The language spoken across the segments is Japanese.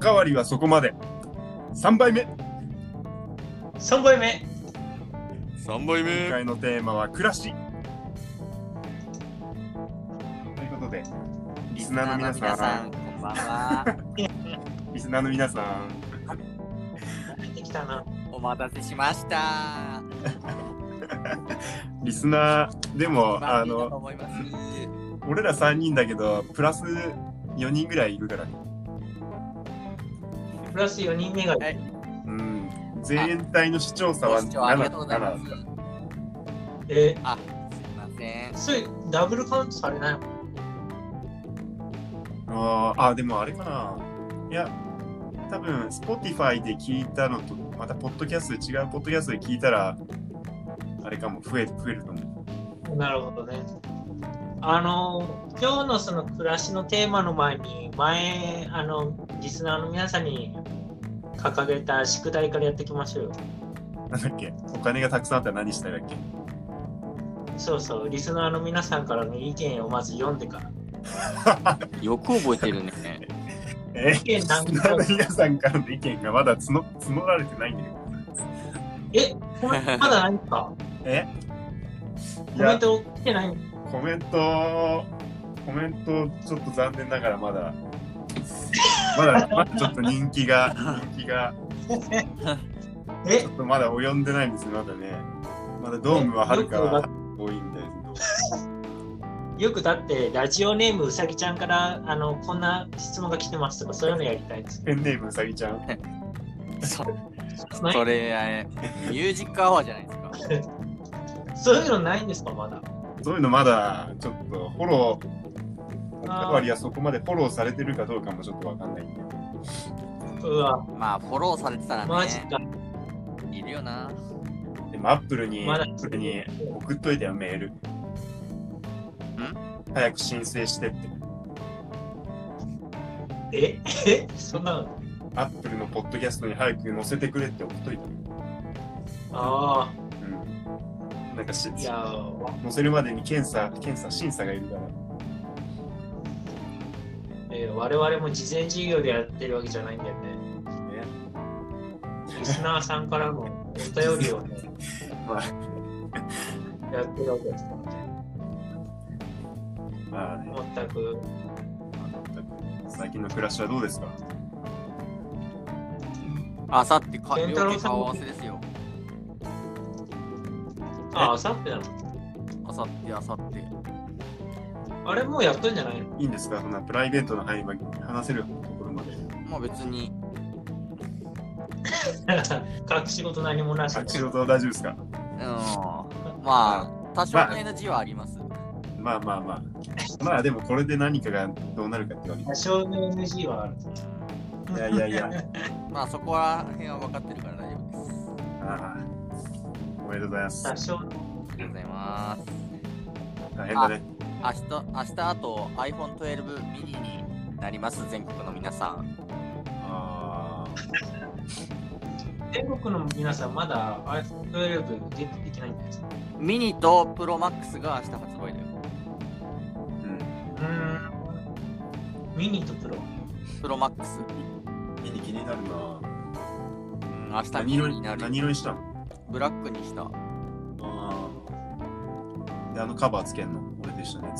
代わりはそこまで。3杯目。 3杯目三杯目今回のテーマは暮らし。ということで、リスナーの皆さん、こんばんは。リスナーの皆さん、入ってきたな。お待たせしました。リスナー、でも、あみんなとの、思います俺ら3人だけど、プラス4人ぐらいいるからね。プラス4人目が。はいうん。全体の視聴差はご視聴ありがとうござ7いまだす。えあ、すいませんー、。それダブルカウントされないのあーあー、でもあれかな。いや、多分 Spotify で聞いたのと、また、ポッドキャスト、違うポッドキャストで聞いたら、あれかも、増え増えると思う。なるほどね。あの、今日のその暮らしのテーマの前に、前、あの、リスナーの皆さんに掲げた宿題からやっていきましょうよ。なんだっけ、お金がたくさんあったら何したいだっけ。そうそう、リスナーの皆さんからの意見をまず読んでから。よく覚えてるね。え意見なんかー、皆さんからの意見がまだ募募られてないんだけど。え、コメン トまだないんかえいコメンや、ト来てないのコメント、コメント、ちょっと残念ながらまだ、まだ、まだちょっと人気が、人気が、えちょっとまだ及んでないんですよ、まだね。まだドームははるかは多いんだけよくだってラジオネームうさぎちゃんからあのこんな質問が来てますとかそういうのやりたいです。ど、ペンネームうさぎちゃん。そないそれあれ、ミュージックアワーじゃないですか。そういうのないんですかまだ。そういうのまだ、ちょっとフォロー、おかわりはそこまでフォローされてるかどうかもちょっとわかんないんで。うわ、まあ、フォローされてたらマジね、か。いるよな。でも、アップルに、まだアップルに送っといたよ、メール。早く申請してって。え えそんなのアップルのポッドキャストに早く載せてくれって送っといた。あうん。なんかし、あ、いや載ー、わせるまでに検査、検査、審査がいるから。えー我々も事前授業でやってるわけじゃないんだよね。ねリスナーさんからのお便りをね、 まやってるわけですからね。あ、まあね、全く最近の暮らしはどうですかあさって、か健料太郎金さん顔合わせですよ。あ、あさってなのあさって、あさって。あれもうやったんじゃないのいいんですかそんなプライベートの範囲まで話せるところまで。まあ別に、隠し事何もなしあ、仕事は大丈夫ですかうん。まあ、多少の NG はあります。まあまあまあ。まあでもこれで何かがどうなるかってわけ。多少の NG はある。いやいやいや。まあそこら辺は分かってるから大丈夫です。ああおめでとうございます。多少ありがとうございます。大変だね。明日、明日あと iPhone12 mini になります、全国の皆さん。あ全国の皆さんまだ iPhone12 ゲットできないんじゃないですかミニと ProMax が明日発売だよ。あ、うん。うーん。ミニとプロ。 ProMax。見に気になるな。うん、明日何ミニ色にになる何。色にしたのブラックにした。ああ。で、あのカバーつけんの俺でしたね。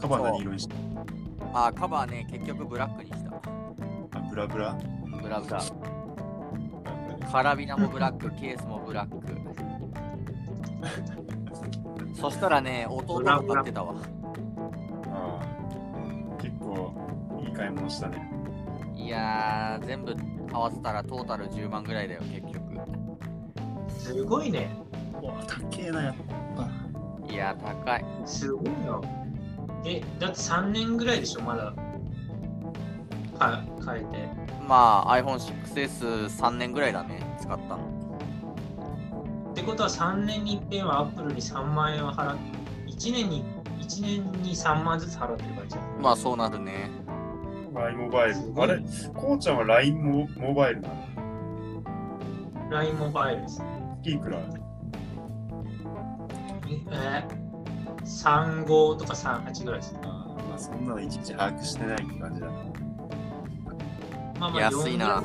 カバー何色にしたあー、カバーね、結局ブラックにした。あ、ブラブラブラブラ。カラビナもブラック、ケースも ブラック。そしたらね、弟ブラブもラ買ってたわ。ああ。結構いい買い物したね。いやー、全部合わせたらトータル10万ぐらいだよ、結局。すごいね。うわ、高えな、やっぱ。いやー、高い。すごいな。え、だって3年ぐらいでしょ、まだ。か変えて。まあ iPhone6S3 年ぐらいだね使ったのってことは3年に一遍は Apple に3万円を払って、1年に一年に3万ずつ払ってるからじゃん。まあそうなるね LINE モバイすル。ごあいれ、こうちゃんは LINE モモバイルなの LINE モバイルです。月いくらえー、35とか38ぐらいです。ああ、まあそんなのいちいち把握してないって感じだな。まあまあ安いな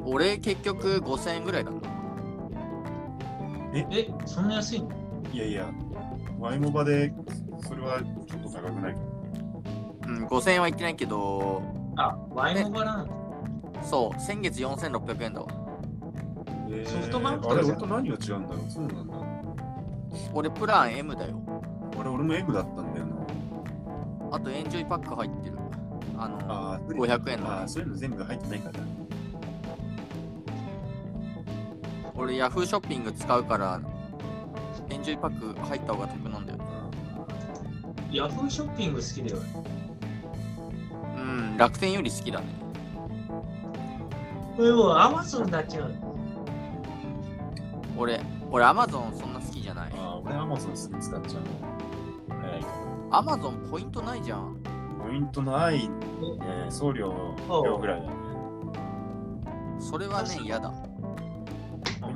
400俺結局5000円ぐらいだなえそんな安いのいやいや、ワイモバでそれはちょっと高くないうん5000円はいってないけどあワインバランそう先月4600円だわソフトバンクとあかれ、じゃん俺と何が違うんだろうそうなんだ。俺プラン M だよあれ、俺も M だったんだよな。あとエンジョイパック入ってるあのあー500円のあー、そういうの全部入ってないから。俺ヤフーショッピング使うからエンジョイパック入った方が得なんだよねヤフーショッピング好きだようん楽天より好きだねでもアマゾンだけは俺俺アマゾンそんな好きじゃないああ、俺 Amazon すぐ使っちゃうの。早いかアマゾンポイントないじゃんらポイントない、ね、送料料ぐらいだね。それはね嫌だ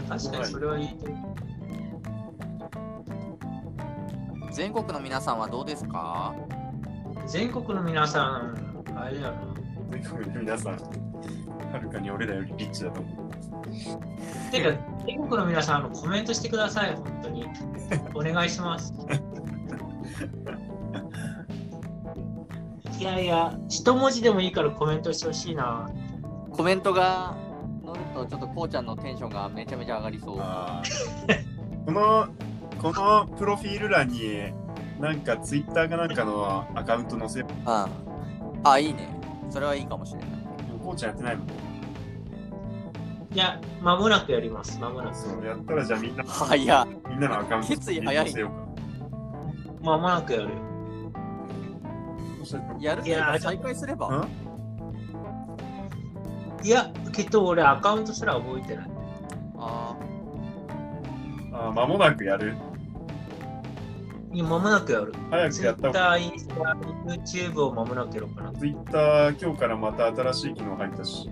確かにそれは言ってる全国の皆さんはどうですか全国の皆さんあれだよな全国の皆さん、はるかに俺らよりリッチだと思う。てか、全国の皆さん、あのコメントしてください、本当に。お願い します。いやいや、一文字でもいいからコメントしてほしいな。コメントが乗るとちょっとこうちゃんのテンションがめちゃめちゃ上がりそうあーこの、このプロフィール欄に、なんか Twitter かなんかのアカウント載せああいいねそれはいいかもしれないこうちゃんやってないもん。いや、間もなくやります、間もなく。そうやったらじゃあみんな、早っみんなのアカウント決意早いね見せようか間もなくやるよ。そしたらやるいやぜ再開すればんいや、きっと俺、アカウントすら覚えてない。ああー間もなくやる。いや間もなくやる。早くやった方が Twitter、インスタ、YouTube を間もなくやろうかな。 Twitter 今日からまた新しい機能入ったし、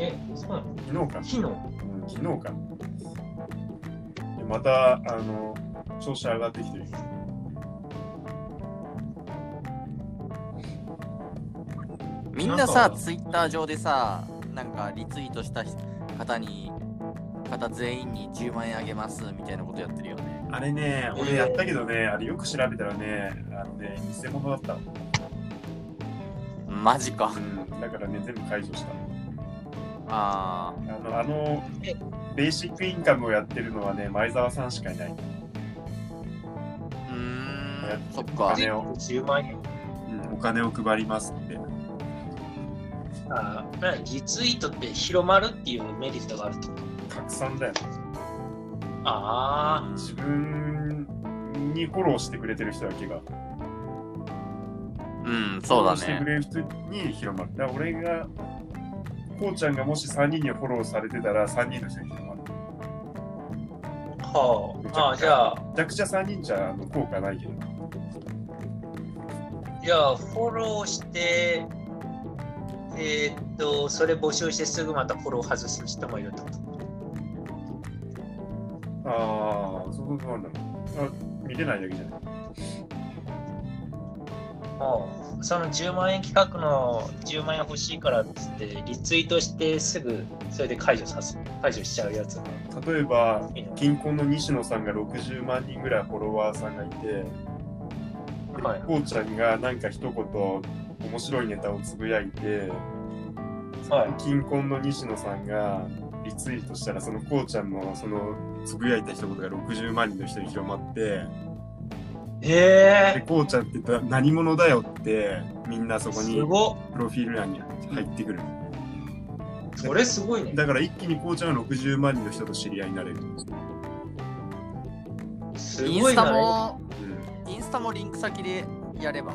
え、そうなの昨日か。昨日うん昨日か。でまた、あの、調子上がってきてる。みんなさツイッター上でさなんかリツイートした方に方全員に10万円あげますみたいなことやってるよねあれね、俺やったけどね、あれよく調べたらね、あのね、偽物だった。マジかうん、だからね、全部解除した。ああの、あのえ、ベーシックインカムをやってるのはね、前澤さんしかいない。ーうーんそっあかれを10万円。うん、お金を配りますって。あーだからリツイートって広まるっていうメリットがあると拡散だよね。あ自分にフォローしてくれてる人だけが。うんそうだしてくねれる人に広まる。だから俺が、こうちゃんがもし3人にフォローされてたら3人の人に広まる。あ、はあ、あーじゃあ、めちゃくちゃ3人じゃあの効果ないけど。じゃあ、フォローして、えーっと、それ募集してすぐまたフォロー外す人もいるってこと。ああ、そうなんだろう。あ見れないだけじゃない。もう、その10万円企画の10万円欲しいからっつって、リツイートしてすぐそれで解除さす、解除しちゃうやつが例えば、いいの。近婚の西野さんが60万人ぐらいフォロワーさんがいて、ではいこうちゃんがなんか一言面白いネタをつぶやいて、はい近婚の西野さんがリツイートしたらそのこうちゃんのそのつぶやいた一言が60万人の人に広まってでえこうちゃんってだ何者だよってみんなそー、こすにごっプロフィール欄に入ってくるそれすごいね。だから一気にこうちゃんは60万人の人と知り合いになれる、すインごスいタな。もインスタもリンク先でやれば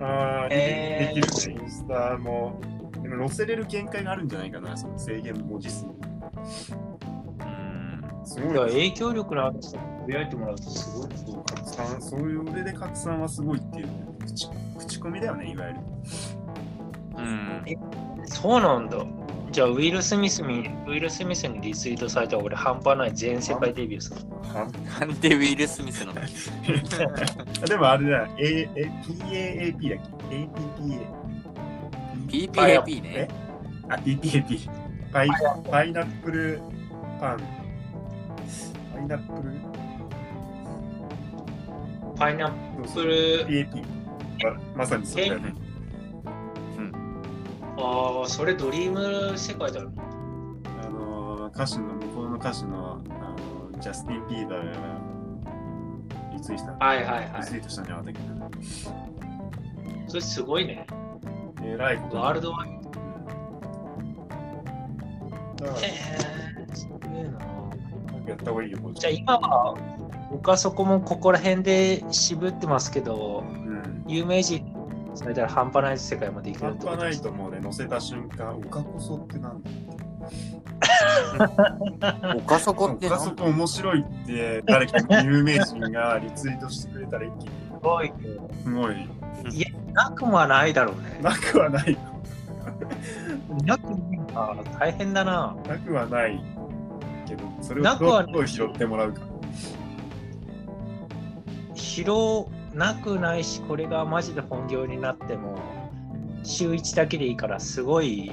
ああ、えでーきるねインスタもでも載せれる限界があるんじゃないかなその制限文字数うんすごいいやね影響力のある人に出会えてもらうとすごいですね拡散そういう腕で拡散はすごいっていう口口コミだよねいわゆるうんそうなんだ。じゃあ、ウィル・スミスに、ウィル・スミスにリツイートされたら俺、半端ない全世界デビューする。はなんでウィル・スミスなのでもあれだ、A、A、PAAP だっけ ?APPA。 ?PPAP ね。あ、PPAP。パイパイナップルパン。パイナップルパイナッそうそプうル、 PAP。ままさにそうだよね。ああ、それドリーム世界だろ。あの歌手の向こうの歌手のあのジャスティン・ビーバーがリツイートした、はいはいはリツイい。ートしたんじゃなかったっそれすごいね。けど、えらいことワールドワイド。だかへえ、すげえな。らやった方がいいよ、こっじゃあ、今は、僕そこもここら辺で渋ってますけうど、ん。有名人されたら半端ない世界まで行ける半って端ことなでいすと思うね、乗せた瞬間、おかこそってなんだおかそこおってかなそんこ面白いって、誰か有名人がリツイートしてくれたら一気に、すごいね。すごい、なくはないだろうね。なくはない、なくはないか大変だな。なくはないけど、それをなくはどないどう拾ってもらうか。疲労なくないし、これがマジで本業になっても、週1だけでいいから、すごい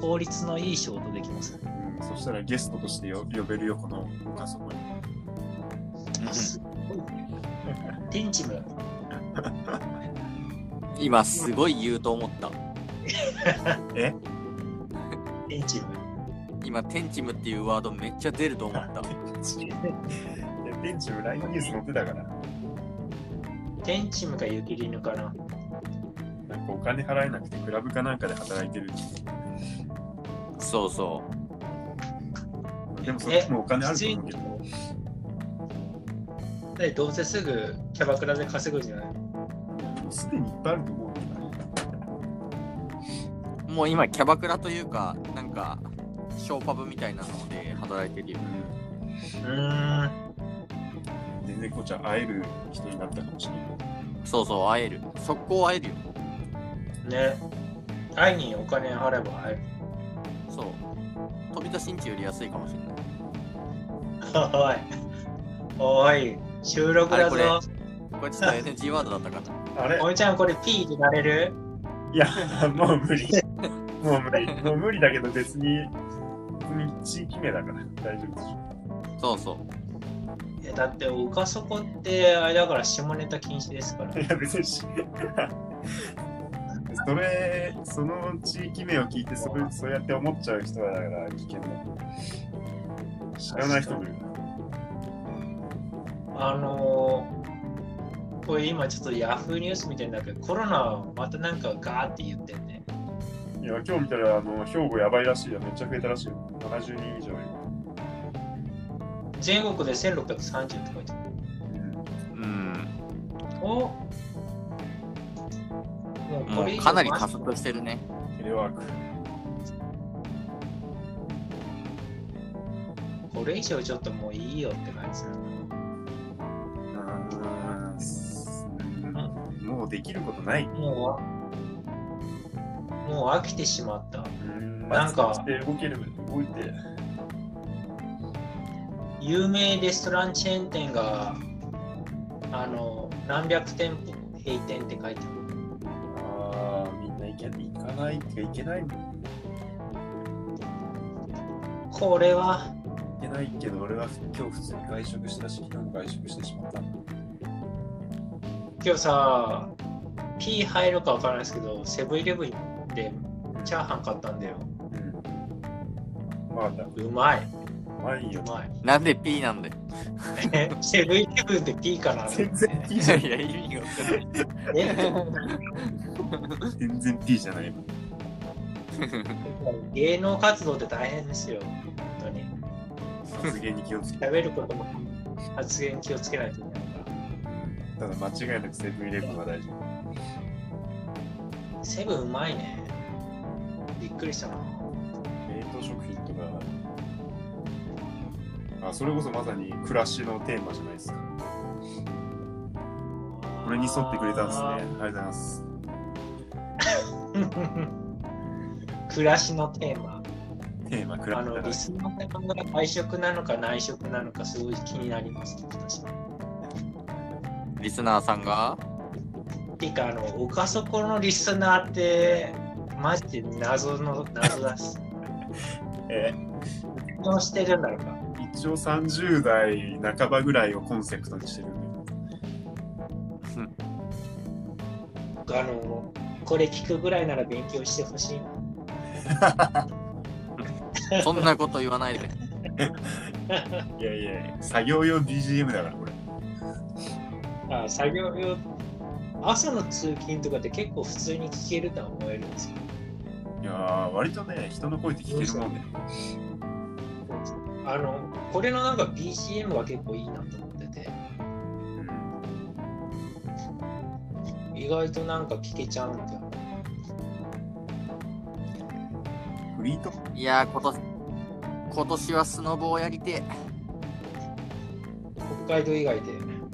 効率のいい仕事できますね。うん、そしたらゲストとしてよ呼べるよ、このおかそこに。すごいね。 テンチム。今すごい言うと思った。テンチム。今、テンチムっていうワードめっちゃ出ると思っ た。いやベンチ裏にニュース載ってたから、テンチムかユキリヌかな。なんかお金払えなくてクラブかなんかで働いてる。そうそでもそっちもお金あると思うけど。でどうせすぐキャバクラで稼ぐんじゃないもうすでにいっぱいあると思うけどな。う。もう今、キャバクラというか、なんか、ショーパブみたいなので働いてるよ。うん。全然こっちは会える人になったかもしれない。そうそう、会える。速攻会えるよ。ね。会いにお金払えば会える。そう。飛び出しんちより安いかもしれない。おい。 おい。収録だあれぞ。これちょっと NG ワードだったかな。あれおいちゃん、これ P 入れられるいや、 もう無理。もう無理。もう無理だけど別に、別に地域名だから大丈夫でしょ。そうそう。えだって、おかそこって、あれだから下ネタ禁止ですから。いや、別にし。 それ、その地域名を聞いてそれ、そうやって思っちゃう人は、だから危険だ。知らない人もいる。あのー、これ今ちょっとヤフーニュースみたいになるけど、コロナまたなんかガーって言ってんね。いや、今日見たら、あの、兵庫やばいらしいよ。めっちゃ増えたらしいよ。70人以上いる。全国で1630って書いてある。うん。おももうかなり加速してるね。テレワーク。これ以上ちょっともういいよって感じする。もうできることない。もう、もう飽きてしまった。ななんんかか、動ける、動いて。有名レストランチェーン店が、あの、何百店舗閉店って書いてある。ああ、みんな行け行かないって行けないもん。これは、行けないけど、俺は今日普通に外食したし、昨日も外食してしまった。今日さ、P 入るかわからないですけど、セブンイレブンでチャーハン買ったんだよ。うん。まあ、だうまい、まいうよ。まい。なんで P なんだよ。え セブンイレブンって P かな全然 P いじゃやない。いや、意味がわかんない。 え全然 P じゃない。芸能活動って大変ですよ、本当に。発言に気をつけて。食べることも発言気をつけないといけないかただ間違いなくセブンイレブンは大丈夫。ら。セブンうまいね。びっくりしたな。冷凍食品とか。あ、それこそまさに暮らしのテーマじゃないですか。これに沿ってくれたんですね。ありがとうございます。 ね。暮らしのテーマ。テーマ比べたあらの、リスナーさんが外食なのか内食なのか、すごい気になります、私は。リスナーさんがていうか、あの、おかそこのリスナーって、マジで謎の謎だし、えどうしてるんだろうか。ー一応30代半ばぐらいをコンセプトにしてるんであの、これ聞くぐらいなら勉強してほしいな。そんなこと言わないで。いやいや作業用 BGM だからこれあ作業用、朝の通勤とかって結構普通に聞けるとは思えるんですよ。いやー割とね人の声って聞けるもんねあの、これのなんか BGM が結構いいなと思ってて、うん意外となんか聞けちゃうんだよ。フリートいやー、今年、今年はスノボをやりてえ。北海道以外で。うん。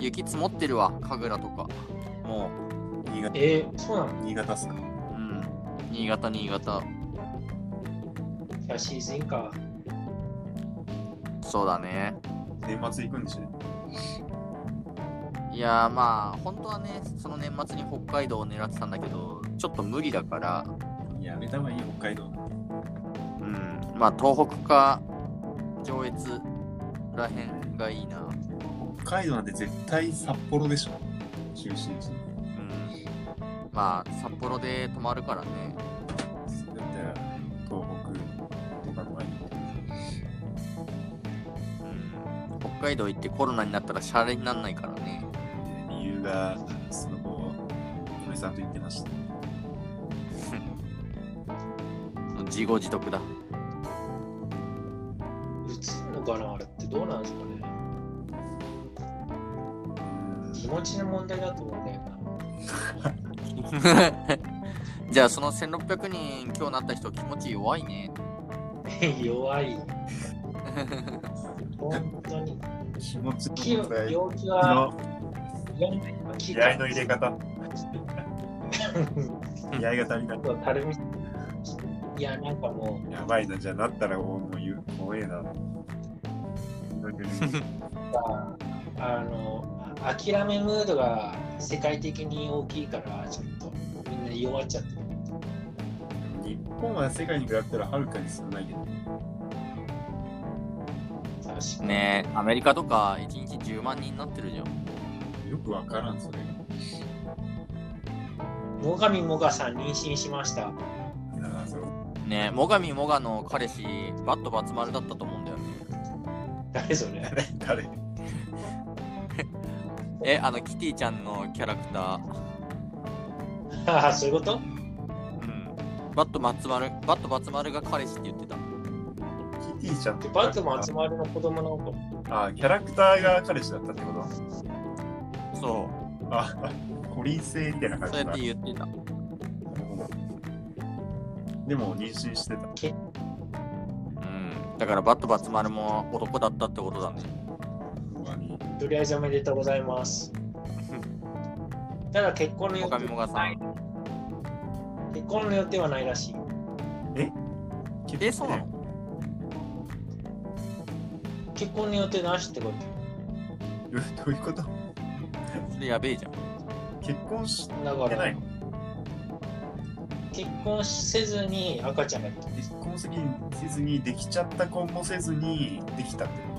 雪積もってるわ、神楽とか。も新潟えー、そうなの新潟っすかう、うん。新潟、新潟。いや、シーズンか。そうだね。年末行くんでしょいやー、まあ、本当はね、その年末に北海道を狙ってたんだけど、ちょっと無理だから、やめた方がいいよ北海道うん。まあ、東北か、上越らへんがいいな。北海道なんて絶対札幌でしょ中心地うん。まあ、札幌で泊まるからね。だったら東北とかの方がいいうん。北海道行ってコロナになったらシャレになんないからね。理由がその後嫁さんと言ってました自業自得だ。映んのかなあれってどうなんですかね。気持ちの問題だと思うんだよな。じゃあその1600人今日なった人気持ち弱いね。 弱い。本当に。気持ち気の問題病気のは気気合の入れ方うん 気合が足りないたるみいや、なんかもう、やばいなじゃあなったらもう言う怖えなさあの、諦めムードが世界的に大きいから、ちょっとみんな弱っちゃってる。日本は世界に比べたらはるかに少ないけど確かに ねえ、アメリカとか1日10万人になってるじゃん。よくわからんそれ最上もがさん妊娠しました。がだからそれねえ、最上もがの彼氏、バットバツ丸だったと思うんだよね。誰それ 誰え、あのキティちゃんのキャラクター。ああ、そういうことうん。バット松丸、バットバツ丸が彼氏って言ってた。キティちゃんでバッグも集まるの子供の子。あキャラクターが彼氏だったってことそあコリン星みたいなう、感そじうやだって言ってた。なるほどでも妊娠してたうん。だからバットバツ丸も男だったってことだね。とりあえずおめでとうございます。ただ結婚の予最上定もがさん。結婚の予定はないらしい。え、そうなの結婚の予定なしってことえどういうことそれやべえじゃん。結婚しだかてならいの結婚せずに赤ちゃんが結婚せずにできちゃった婚もせずにできたってこ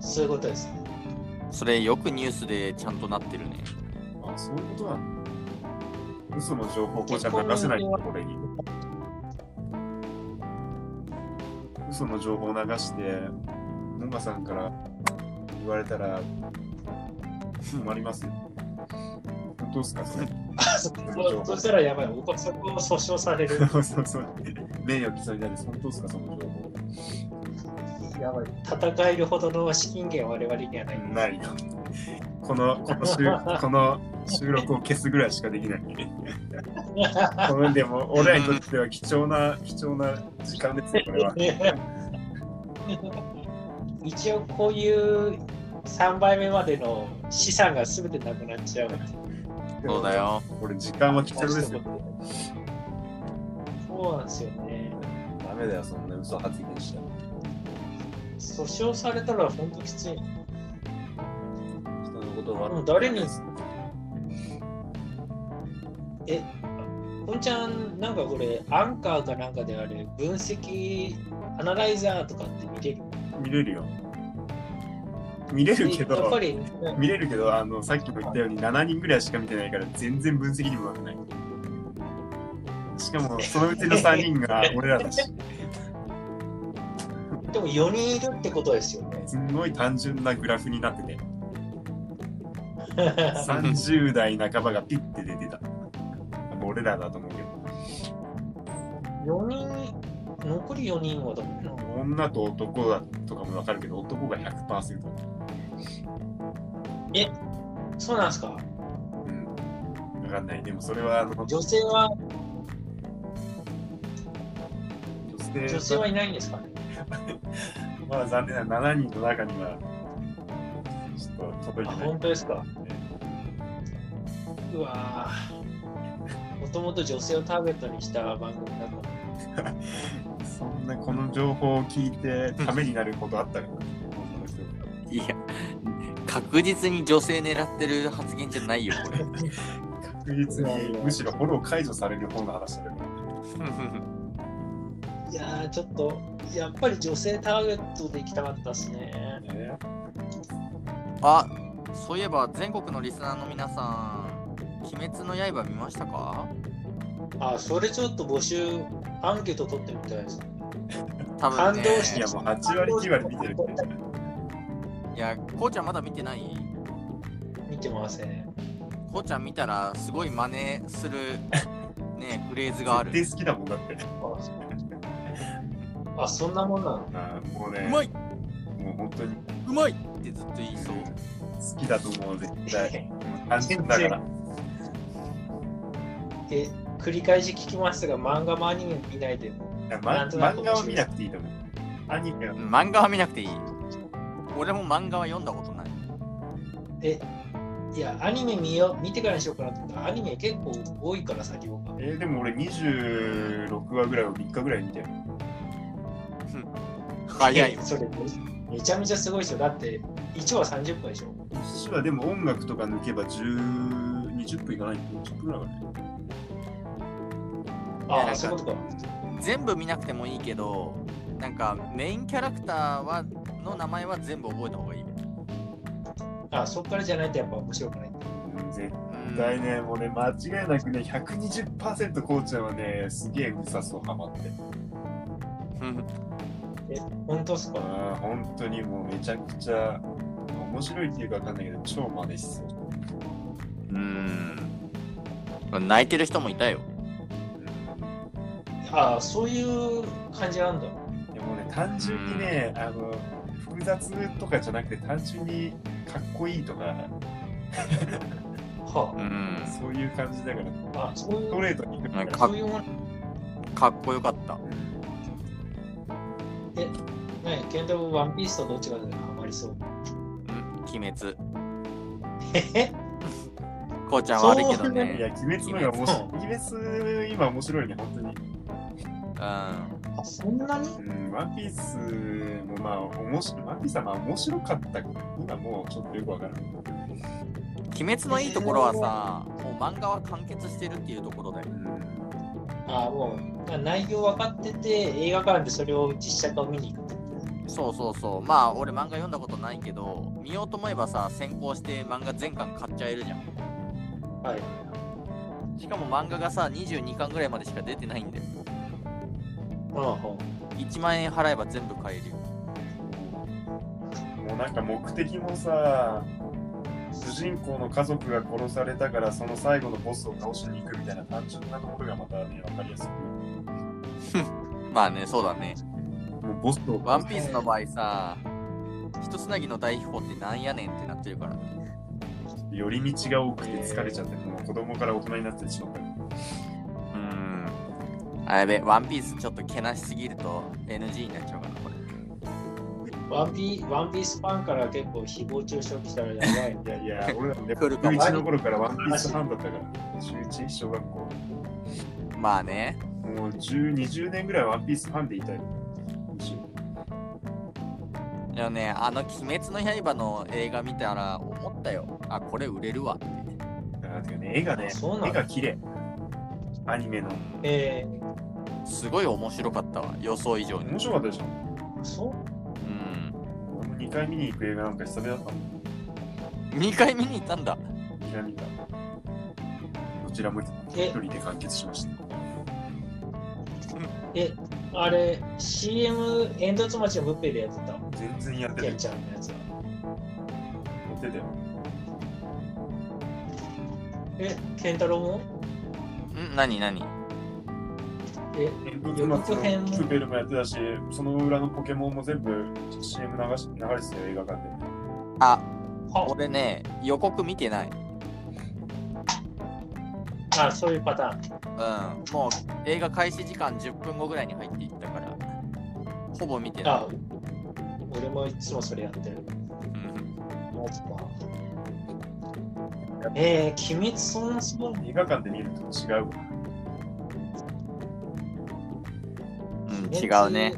そういうことですそれよくニュースでちゃんとなってるね。とあそういうことなの嘘の情報をじゃ流せない結婚のこれに嘘の情報を流して野賀さんから言われたら困りますよ本当ですかそれそ そしたらやばいお子そこを訴訟される そうそうそう名誉毀損になる本当ですかその情報 やばい戦えるほどの資金源は我々にはないないよ。この、この収 この収録を消すぐらいしかできない。こので も、俺らにとっては貴重な、貴重な時間ですよ、これは。 一応こういう3倍目までの資産が全てなくなっちゃうそうだ。よ。これ時間は貴重ですよ。そうそうなんですよね。ダメだよ、そんな嘘発言したら。訴訟されたら本当きつい。人のことをうん誰にえ、ほんちゃん、なんかこれ、アンカーかなんかであれ、分析、アナライザーとかって見れる見れるよ。見れるけやっぱど、り、見れるけど、あの、さっきも言ったように7人ぐらいしか見てないから、全然分析にもなってない。しかも、そのうちの3人が俺らだし、でも4人いるってことですよ ね。すんごい単純なグラフになってて、30代半ばがピッて出てた。俺らだと思うけど、 4人、残り4人はどうなの女と男だとかもわかるけど、男が100%。そうなんですかうん。わかんない。でもそれは、あの、女性は、女女性はいないんですかねまあ残念ながら7人の中には、ちょっと届いあ、てない本。当ですかうわぁ。もともと女性をターゲットにした番組だったのそんなこの情報を聞いて、ためになることあったかな。いや、確実に女性狙ってる発言じゃないよ、こ れ。確実に、むしろフォロー解除される方の話だけど、いやーちょっとやっぱり女性ターゲットで行きたかったですね。ね。あ、そういえば全国のリスナーの皆さん、鬼滅の刃見ましたかあそれちょっと募集アンケート取ってみたいです。多分、ね、感動しいやもう8割9割見てるって。いや、こうちゃんまだ見てない見てません。こうちゃん見たらすごい真似す る、ね、フレーズがある。絶対好きだもんだって。あそんなもんなの。あーもうね、うまいもう本当にうまいってずっと言いそう。好きだと思う、絶対。単純だから。え繰り返し聞きますが漫画もアニメも見ないで。いやま漫画は見なくていいと思う。アニメは漫画は見なくていい。俺も漫画は読んだことない。えいやアニメ見よ見てからにしようかなと思ったらアニメ結構多いから先僕は。えーでも俺26話ぐらいを3日ぐらい見てる。早いよ。 それめちゃめちゃすごいですよ。だって1話30分でしょ。一話でも音楽とか抜けば10 20分いかない10分ぐらいかね。ああそういうことか。全部見なくてもいいけど、なんかメインキャラクターはの名前は全部覚えた方がいい。あそこからじゃないとやっぱ面白くない。うん絶うん対ね、もうね、間違いなくね、120%こうちゃんはね、すげえうるさそうハマって。本当っすかああ、本当にもうめちゃくちゃ面白いっていうかわかんないけど、超真似しそう。うん。泣いてる人もいたよ。うんああ、そういう感じなんだ。でもね、単純にね、あの、複雑とかじゃなくて、単純にかっこいいとか、はうんそういう感じだから、あ、あそういストう、レートに行くかなんらかそういうもの、かっこよかった。ね、ケンドワンピースとどっちがハマりそう。うん、鬼滅。えへこうちゃん悪いけどいね。や、鬼滅のが面白い。鬼滅、今面白いね、本当に。うん。あ、そんなにうん、ワンピースもまあ、面白い。ワンピースはまあ面白かったけど、今もうちょっとよくわからない。鬼滅のいいところはさ、もう漫画は完結してるっていうところだよ。ああ、もう、内容分かってて、映画館でそれを実写化を見に行くってこと。そうそうそう。まあ、俺漫画読んだことないけど、見ようと思えばさ、先行して漫画全巻買っちゃえるじゃん。はい。しかも漫画がさ、22巻ぐらいまでしか出てないんだよ。う1万円払えば全部買えるよ。もうなんか目的もさ、主人公の家族が殺されたから、その最後のボスを倒しに行くみたいな単純なところがまたね、わかりやすい。まあね、そうだね。もうボスとワンピースの場合さ、ひとつなぎの大秘宝ってなんやねんってなってるから。寄り道が多くて疲れちゃって、もう子供から大人になってしまった。うん。あやべ、ワンピースちょっとけなしすぎると NG になっちゃうから、これ。ん。ワンピワンピースファンから結構誹謗中傷来たらやば い。いやいや、俺らもね、来るかも中1の頃からワンピースファンだったから、中1小学校。まあね。もうもう10、20年ぐらいワンピースファンでいたい。でもね、あの鬼滅の刃の映画見たら思ったよ。あ、これ売れるわって。なんかね、絵がね、そうなんだ絵が綺麗。アニメの。えすごい面白かったわ。予想以上に。面白かったでしょ。ー、そううん。俺も2回見に行く映画なんか久々だったもん。 2回見に行ったんだ。 2回見た。どちらも一人で完結しました。え、あれ、CM、煙突町のブッペでやってた。全然やってケる。ンちゃんのやつは。やってたよ。え、ケンタロウもん何何え、予告編プペルもやってたし、その裏のポケモンも全部 CM 流し流れてたよ、映画館で。あ、あ俺ね、予告見てない。あ、そういうパターン。うん。もう映画開始時間10分後ぐらいに入っていったから、ほぼ見てないあ。、俺もいつもそれやってる。うんえー、鬼滅そんなすごい。映画館で見ると違うわ。うん、違うね。。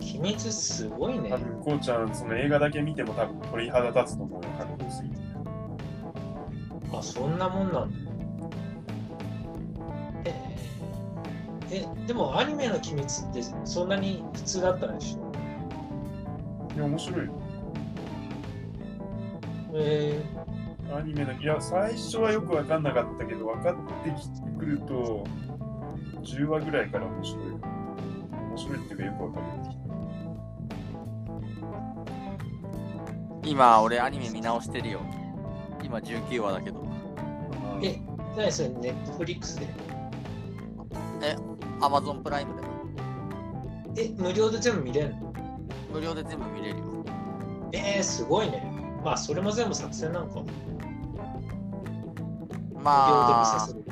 鬼滅すごいね多。分こうちゃん、その映画だけ見ても多分鳥肌立つと思うよ、かっこよすぎて。あ、そんなもんなんだ。えー、え、でもアニメの鬼滅ってそんなに普通だったんでしょいや、面白いよ。えアニメだけ、いや、最初はよく分かんなかったけど、分かってきてくると、10話ぐらいから面白い。面白いっていうか、よく分かる。今、俺アニメ見直してるよ。今19話だけど。えー、何それ、ネットフリックスで。 Amazon プライムでえ、無料で全部見れるの無料で全部見れるよ。えー、すごいね。まあ、それも全部作戦なんか。無料で見さませる。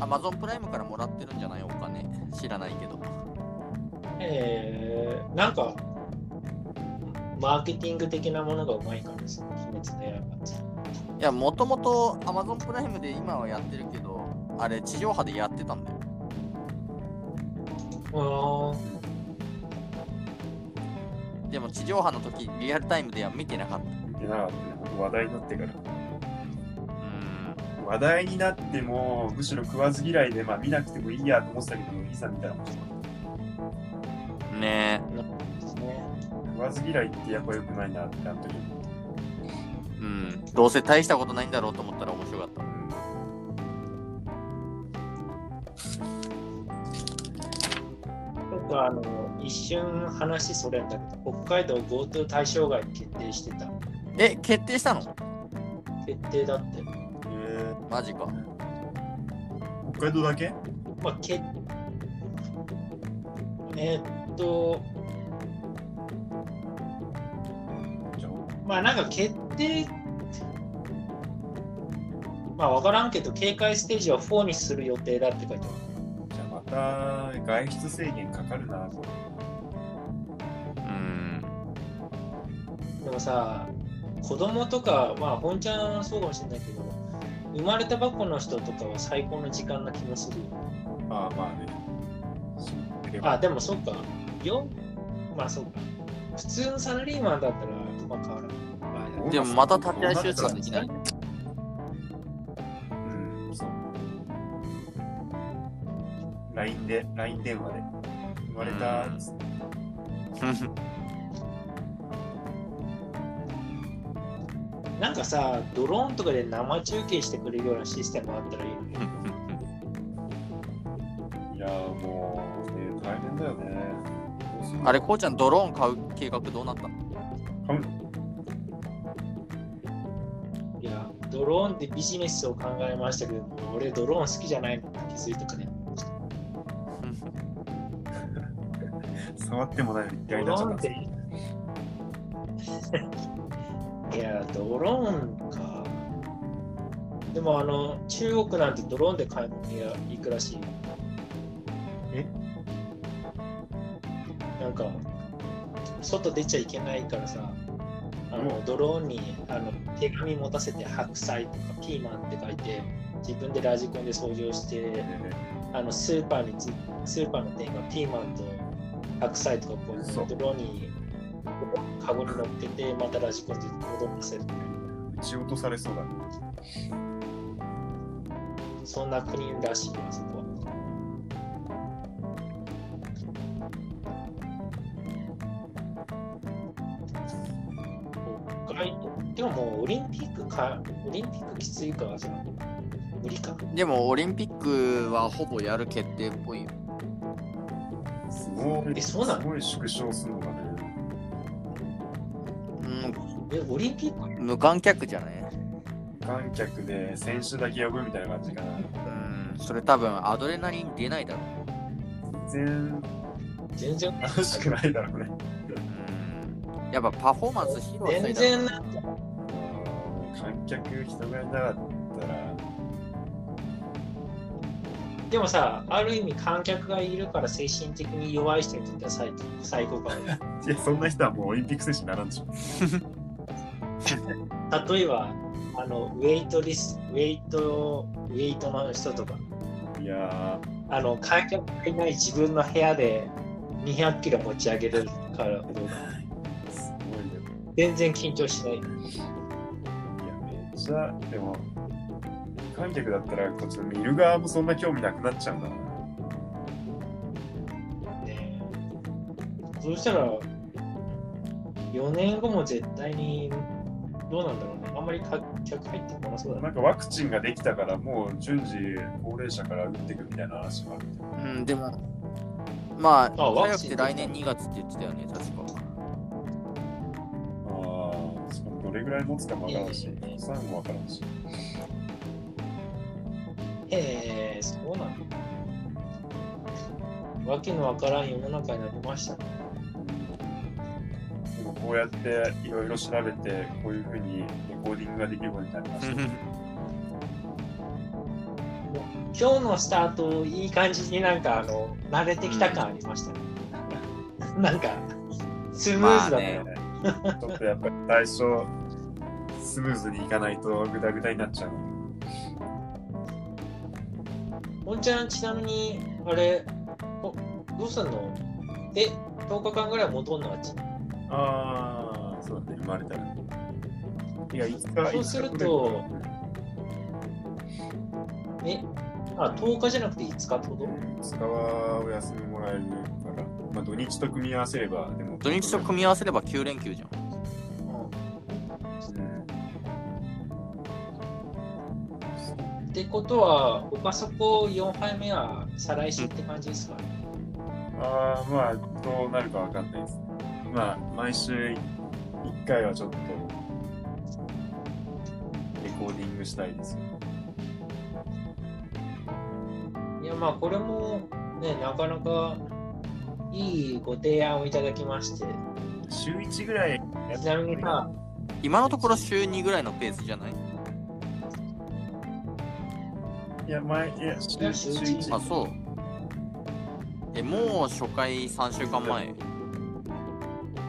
あ、Amazon プライムからもらってるんじゃないお金。知らないけど。えー、なんか、マーケティング的なものがうまいからですね、鬼滅の刃って。いや、もともと Amazon プライムで今はやってるけど、あれ、地上波でやってたんだよ。うーんでも地上波の時、リアルタイムでは見てなかっ見てなかったね、僕話題になってから。た。うん。話題になっても、むしろ食わず嫌いで、まあ見なくてもいいやと思ってたけど、いざ見たら面白い。ねですね。食わず嫌いってやっぱ良くないなって、あの時も。え。うん。どうせ大したことないんだろうと思ったら面白かった。ちょっとあの、一瞬話それんだけど、北海道 GoTo 対象外決定してた。え、決定したの決定だって。えマジか。ー、北海道だけまあ、けえーっと、まあなんか決定、まあ分からんけど、警戒ステージは4にする予定だって書いてある。じゃあまた外出制限かかるなと。うん。でもさ、子供とか、まあ本ちゃんはそうかもしれないけど、生まれたばっこの人とかは最高の時間な気もするよ。ああ、まあね。あ、でもそっか。よまあそっか。普通のサラリーマンだったら、まあ変わらない。でもまた立ち会い手術ができ ない。うん、そう。LINE で、LINE 電話で。生まれた、うんそなんかさ、ドローンとかで生中継してくれるようなシステムあったらいいのに。いやーもう、ね、大変だよね。あれ、こうちゃん、ドローン買う計画どうなったのいや、ドローンでビジネスを考えましたけど、俺ドローン好きじゃないのって気づいたかね。触ってもないのにドやりロだしーンたっかて。 いや、ドローンか。でもあの、中国なんてドローンで買い物や行くらしいよ。えなんか、外出ちゃいけないからさ、あのうんドローンにあの手紙持たせて白菜とかピーマンって書いて、自分でラジコンで掃除をしてらねあのスーパーにつスーパーの店員がピーマンと白菜とかこそうう袋にカゴに乗っけてまたラジコンで戻らせる撃ち落とされそうだね。そんな国らしいよあそこは意外とでももうオリンピックかオリンピックきついからさ無理かでもオリンピックはほぼやる決定っぽいよ。すごい。えそうなのすごい縮小するのがね。うん、えオリンピック無観客じゃない無観客で選手だけ呼ぶみたいな感じかな。うん、それ多分アドレナリン出ないだろ全然全然楽しくないだろうね。う。うん、やっぱパフォーマンス披露した全いだろ然な観客人がいなかったら、でもさある意味観客がいるから精神的に弱い人にとっては最最高かもねいや、そんな人はもうオリンピック選手にならんでしょ。例えばあのウェイトリスウェイトウェイトの人とかいやあの観客がいない自分の部屋で200キロ持ち上げれるからどうー、かすごいね。全然緊張しないいや、めっちゃ、でも、無観客だったら、こっちの見る側もそんな興味なくなっちゃうんだな。ねそうしたら4年後も絶対にどうなんだろうねあんまり観客入ってこなそうだねなんかワクチンができたから、もう順次高齢者から打っていくみたいな話もあるみたいな。うん、でも、まあ、あワ早クくチンて来年2月って言ってたよね、確か。ああ、しかもどれぐらい持つかもわからんし、予算もわからんし。ええそうなの。わけのわからん世の中になりましたね。でもこうやっていろいろ調べて、こういうふうにレコーディングができるようになりました。 今日のスタート、いい感じになんか、あの、慣れてきた感ありましたね。なんか、スムーズだね。ちょっとやっぱり最初、スムーズにいかないとグダグダになっちゃう。ほんちゃん、ちなみに、あれ、おどうすんのえ、10日間ぐらい戻んのあっちああ、そうだね、生まれたら。いや、いつか、そういつすかる来とれるかえ、あ、10日じゃなくて5日ってことうん2日はお休みもらえるから、まあ、土日と組み合わせれば、でも、土日と組み合わせれば9連休じゃん。ってことは、他そこ4杯目は再来週って感じですか、ねああ、まあ、どうなるかわかんないです。まあ、毎週1回はちょっと、レコーディングしたいですよ。いや、まあ、これもね、なかなかいいご提案をいただきまして、週1ぐらいちなみにさ、今のところ週2ぐらいのペースじゃないいや、前、いや、週いや週一週一あ、そう。え、もう初回3週間前。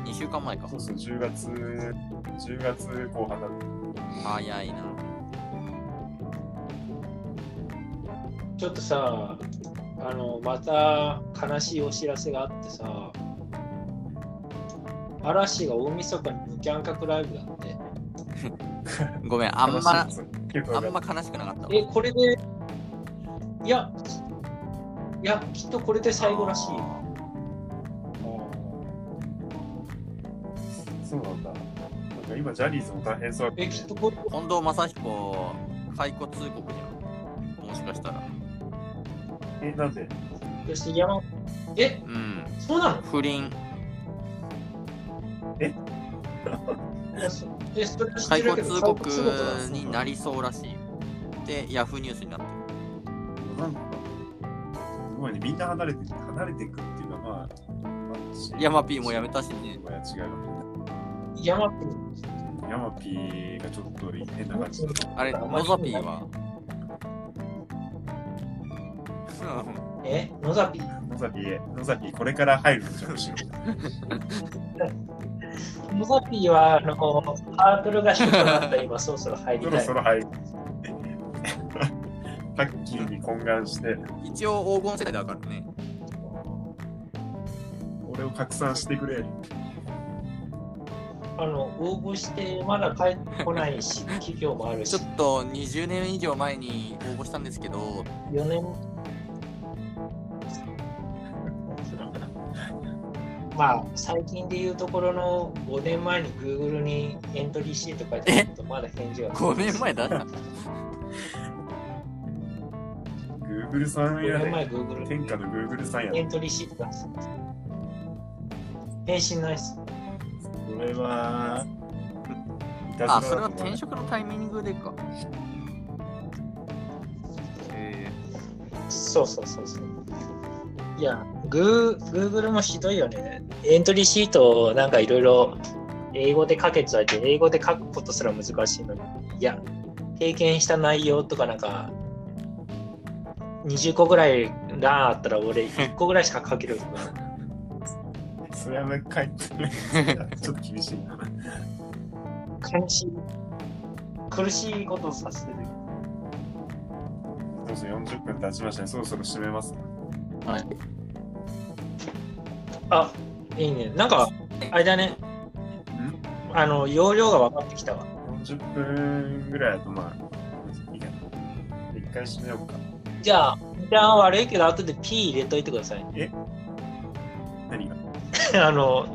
2週間前かそ。うそう、10月、10月後半だっ早いな。ちょっとさ、あの、また悲しいお知らせがあってさ、嵐が大晦日に無観客ライブだって。ごめん、た。あんま悲、しいです結構よあんかまっ悲しくなかったわ。え、これで、いや、いや、きっとこれで最後らしいよ。たそうなんだ。なんか今、ジャニーズも大変そうだけえ、どきっとこれ近藤正彦、解雇通告じゃん。もしかしたら。え、なんでそして山え、うん。そうなの不倫、え、それは知って解る雇けど通告解雇通告だになりそうらしい。で、ヤフーニュースになってる。なんか、すごいね、みんな離れて、離れていくっていうのは、まあ、ヤマピーもやめたしね。いや違う。山君ヤマピーがちょっと変な感じだとあれ、ノザピーは。うんえ、野崎野崎、野崎、これから入るんじゃん、むしろ。モザピーはあのハードルが低くなった今そろそろ入りそたろいそ。ろ入る。はっきりに懇願して、一応黄金世代だからね。俺を拡散してくれ。 あの応募してまだ帰ってこないし企業もあるちしょっと20年以上前に応募したんですけど、 4年まあ最近でいうところの5年前に Google にエントリーシート書いてあるとまだ返事が来ない5年前だ った。 Google さんや5年前ね。 Google 天に下の Google さんやエね。ントリーシート出す返信ないっすこれは、いたあ、ずそられはだと思う転職のタイミングでか。えそうそうそうそう。いや、グー Google もひどいよね。エントリーシートをなんかいろいろ英語で書けちゃって、英語で書くことすら難しいのに。いや、経験した内容とかなんか、20個ぐらいラーあったら俺1個ぐらいしか書ける。それはね書い てない。ちょっと厳しいな。悲しい。苦しいことをさせてる。どうぞ40分経ちましたね。そろそろ締めます。ーはい。あ、いいね。なんか、あれだね。あの、容量が分かってきたわ。 40分ぐらいだとまあ、いいかな。一回締めようか。じゃあ、じゃあ悪いけど、後で P 入れといてください。何が あの、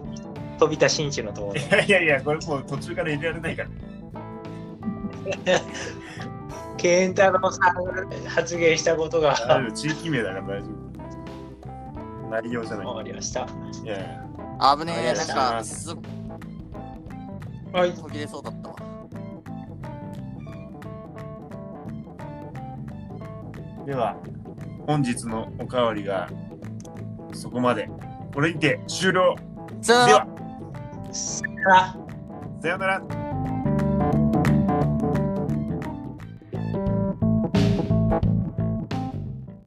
飛びた新地のところ。 いやいや、これもう途中から入れられないから。ケンタロウさんが発言したことが大丈夫、地域名だから大丈夫。内容じゃない分。かりました。いやいや、あぶねおえ、願いなんしかま、すすっはい。途切れそうだったわ。では、本日のおかわりがそこまで。これにて終了さであは、さよならさようなら。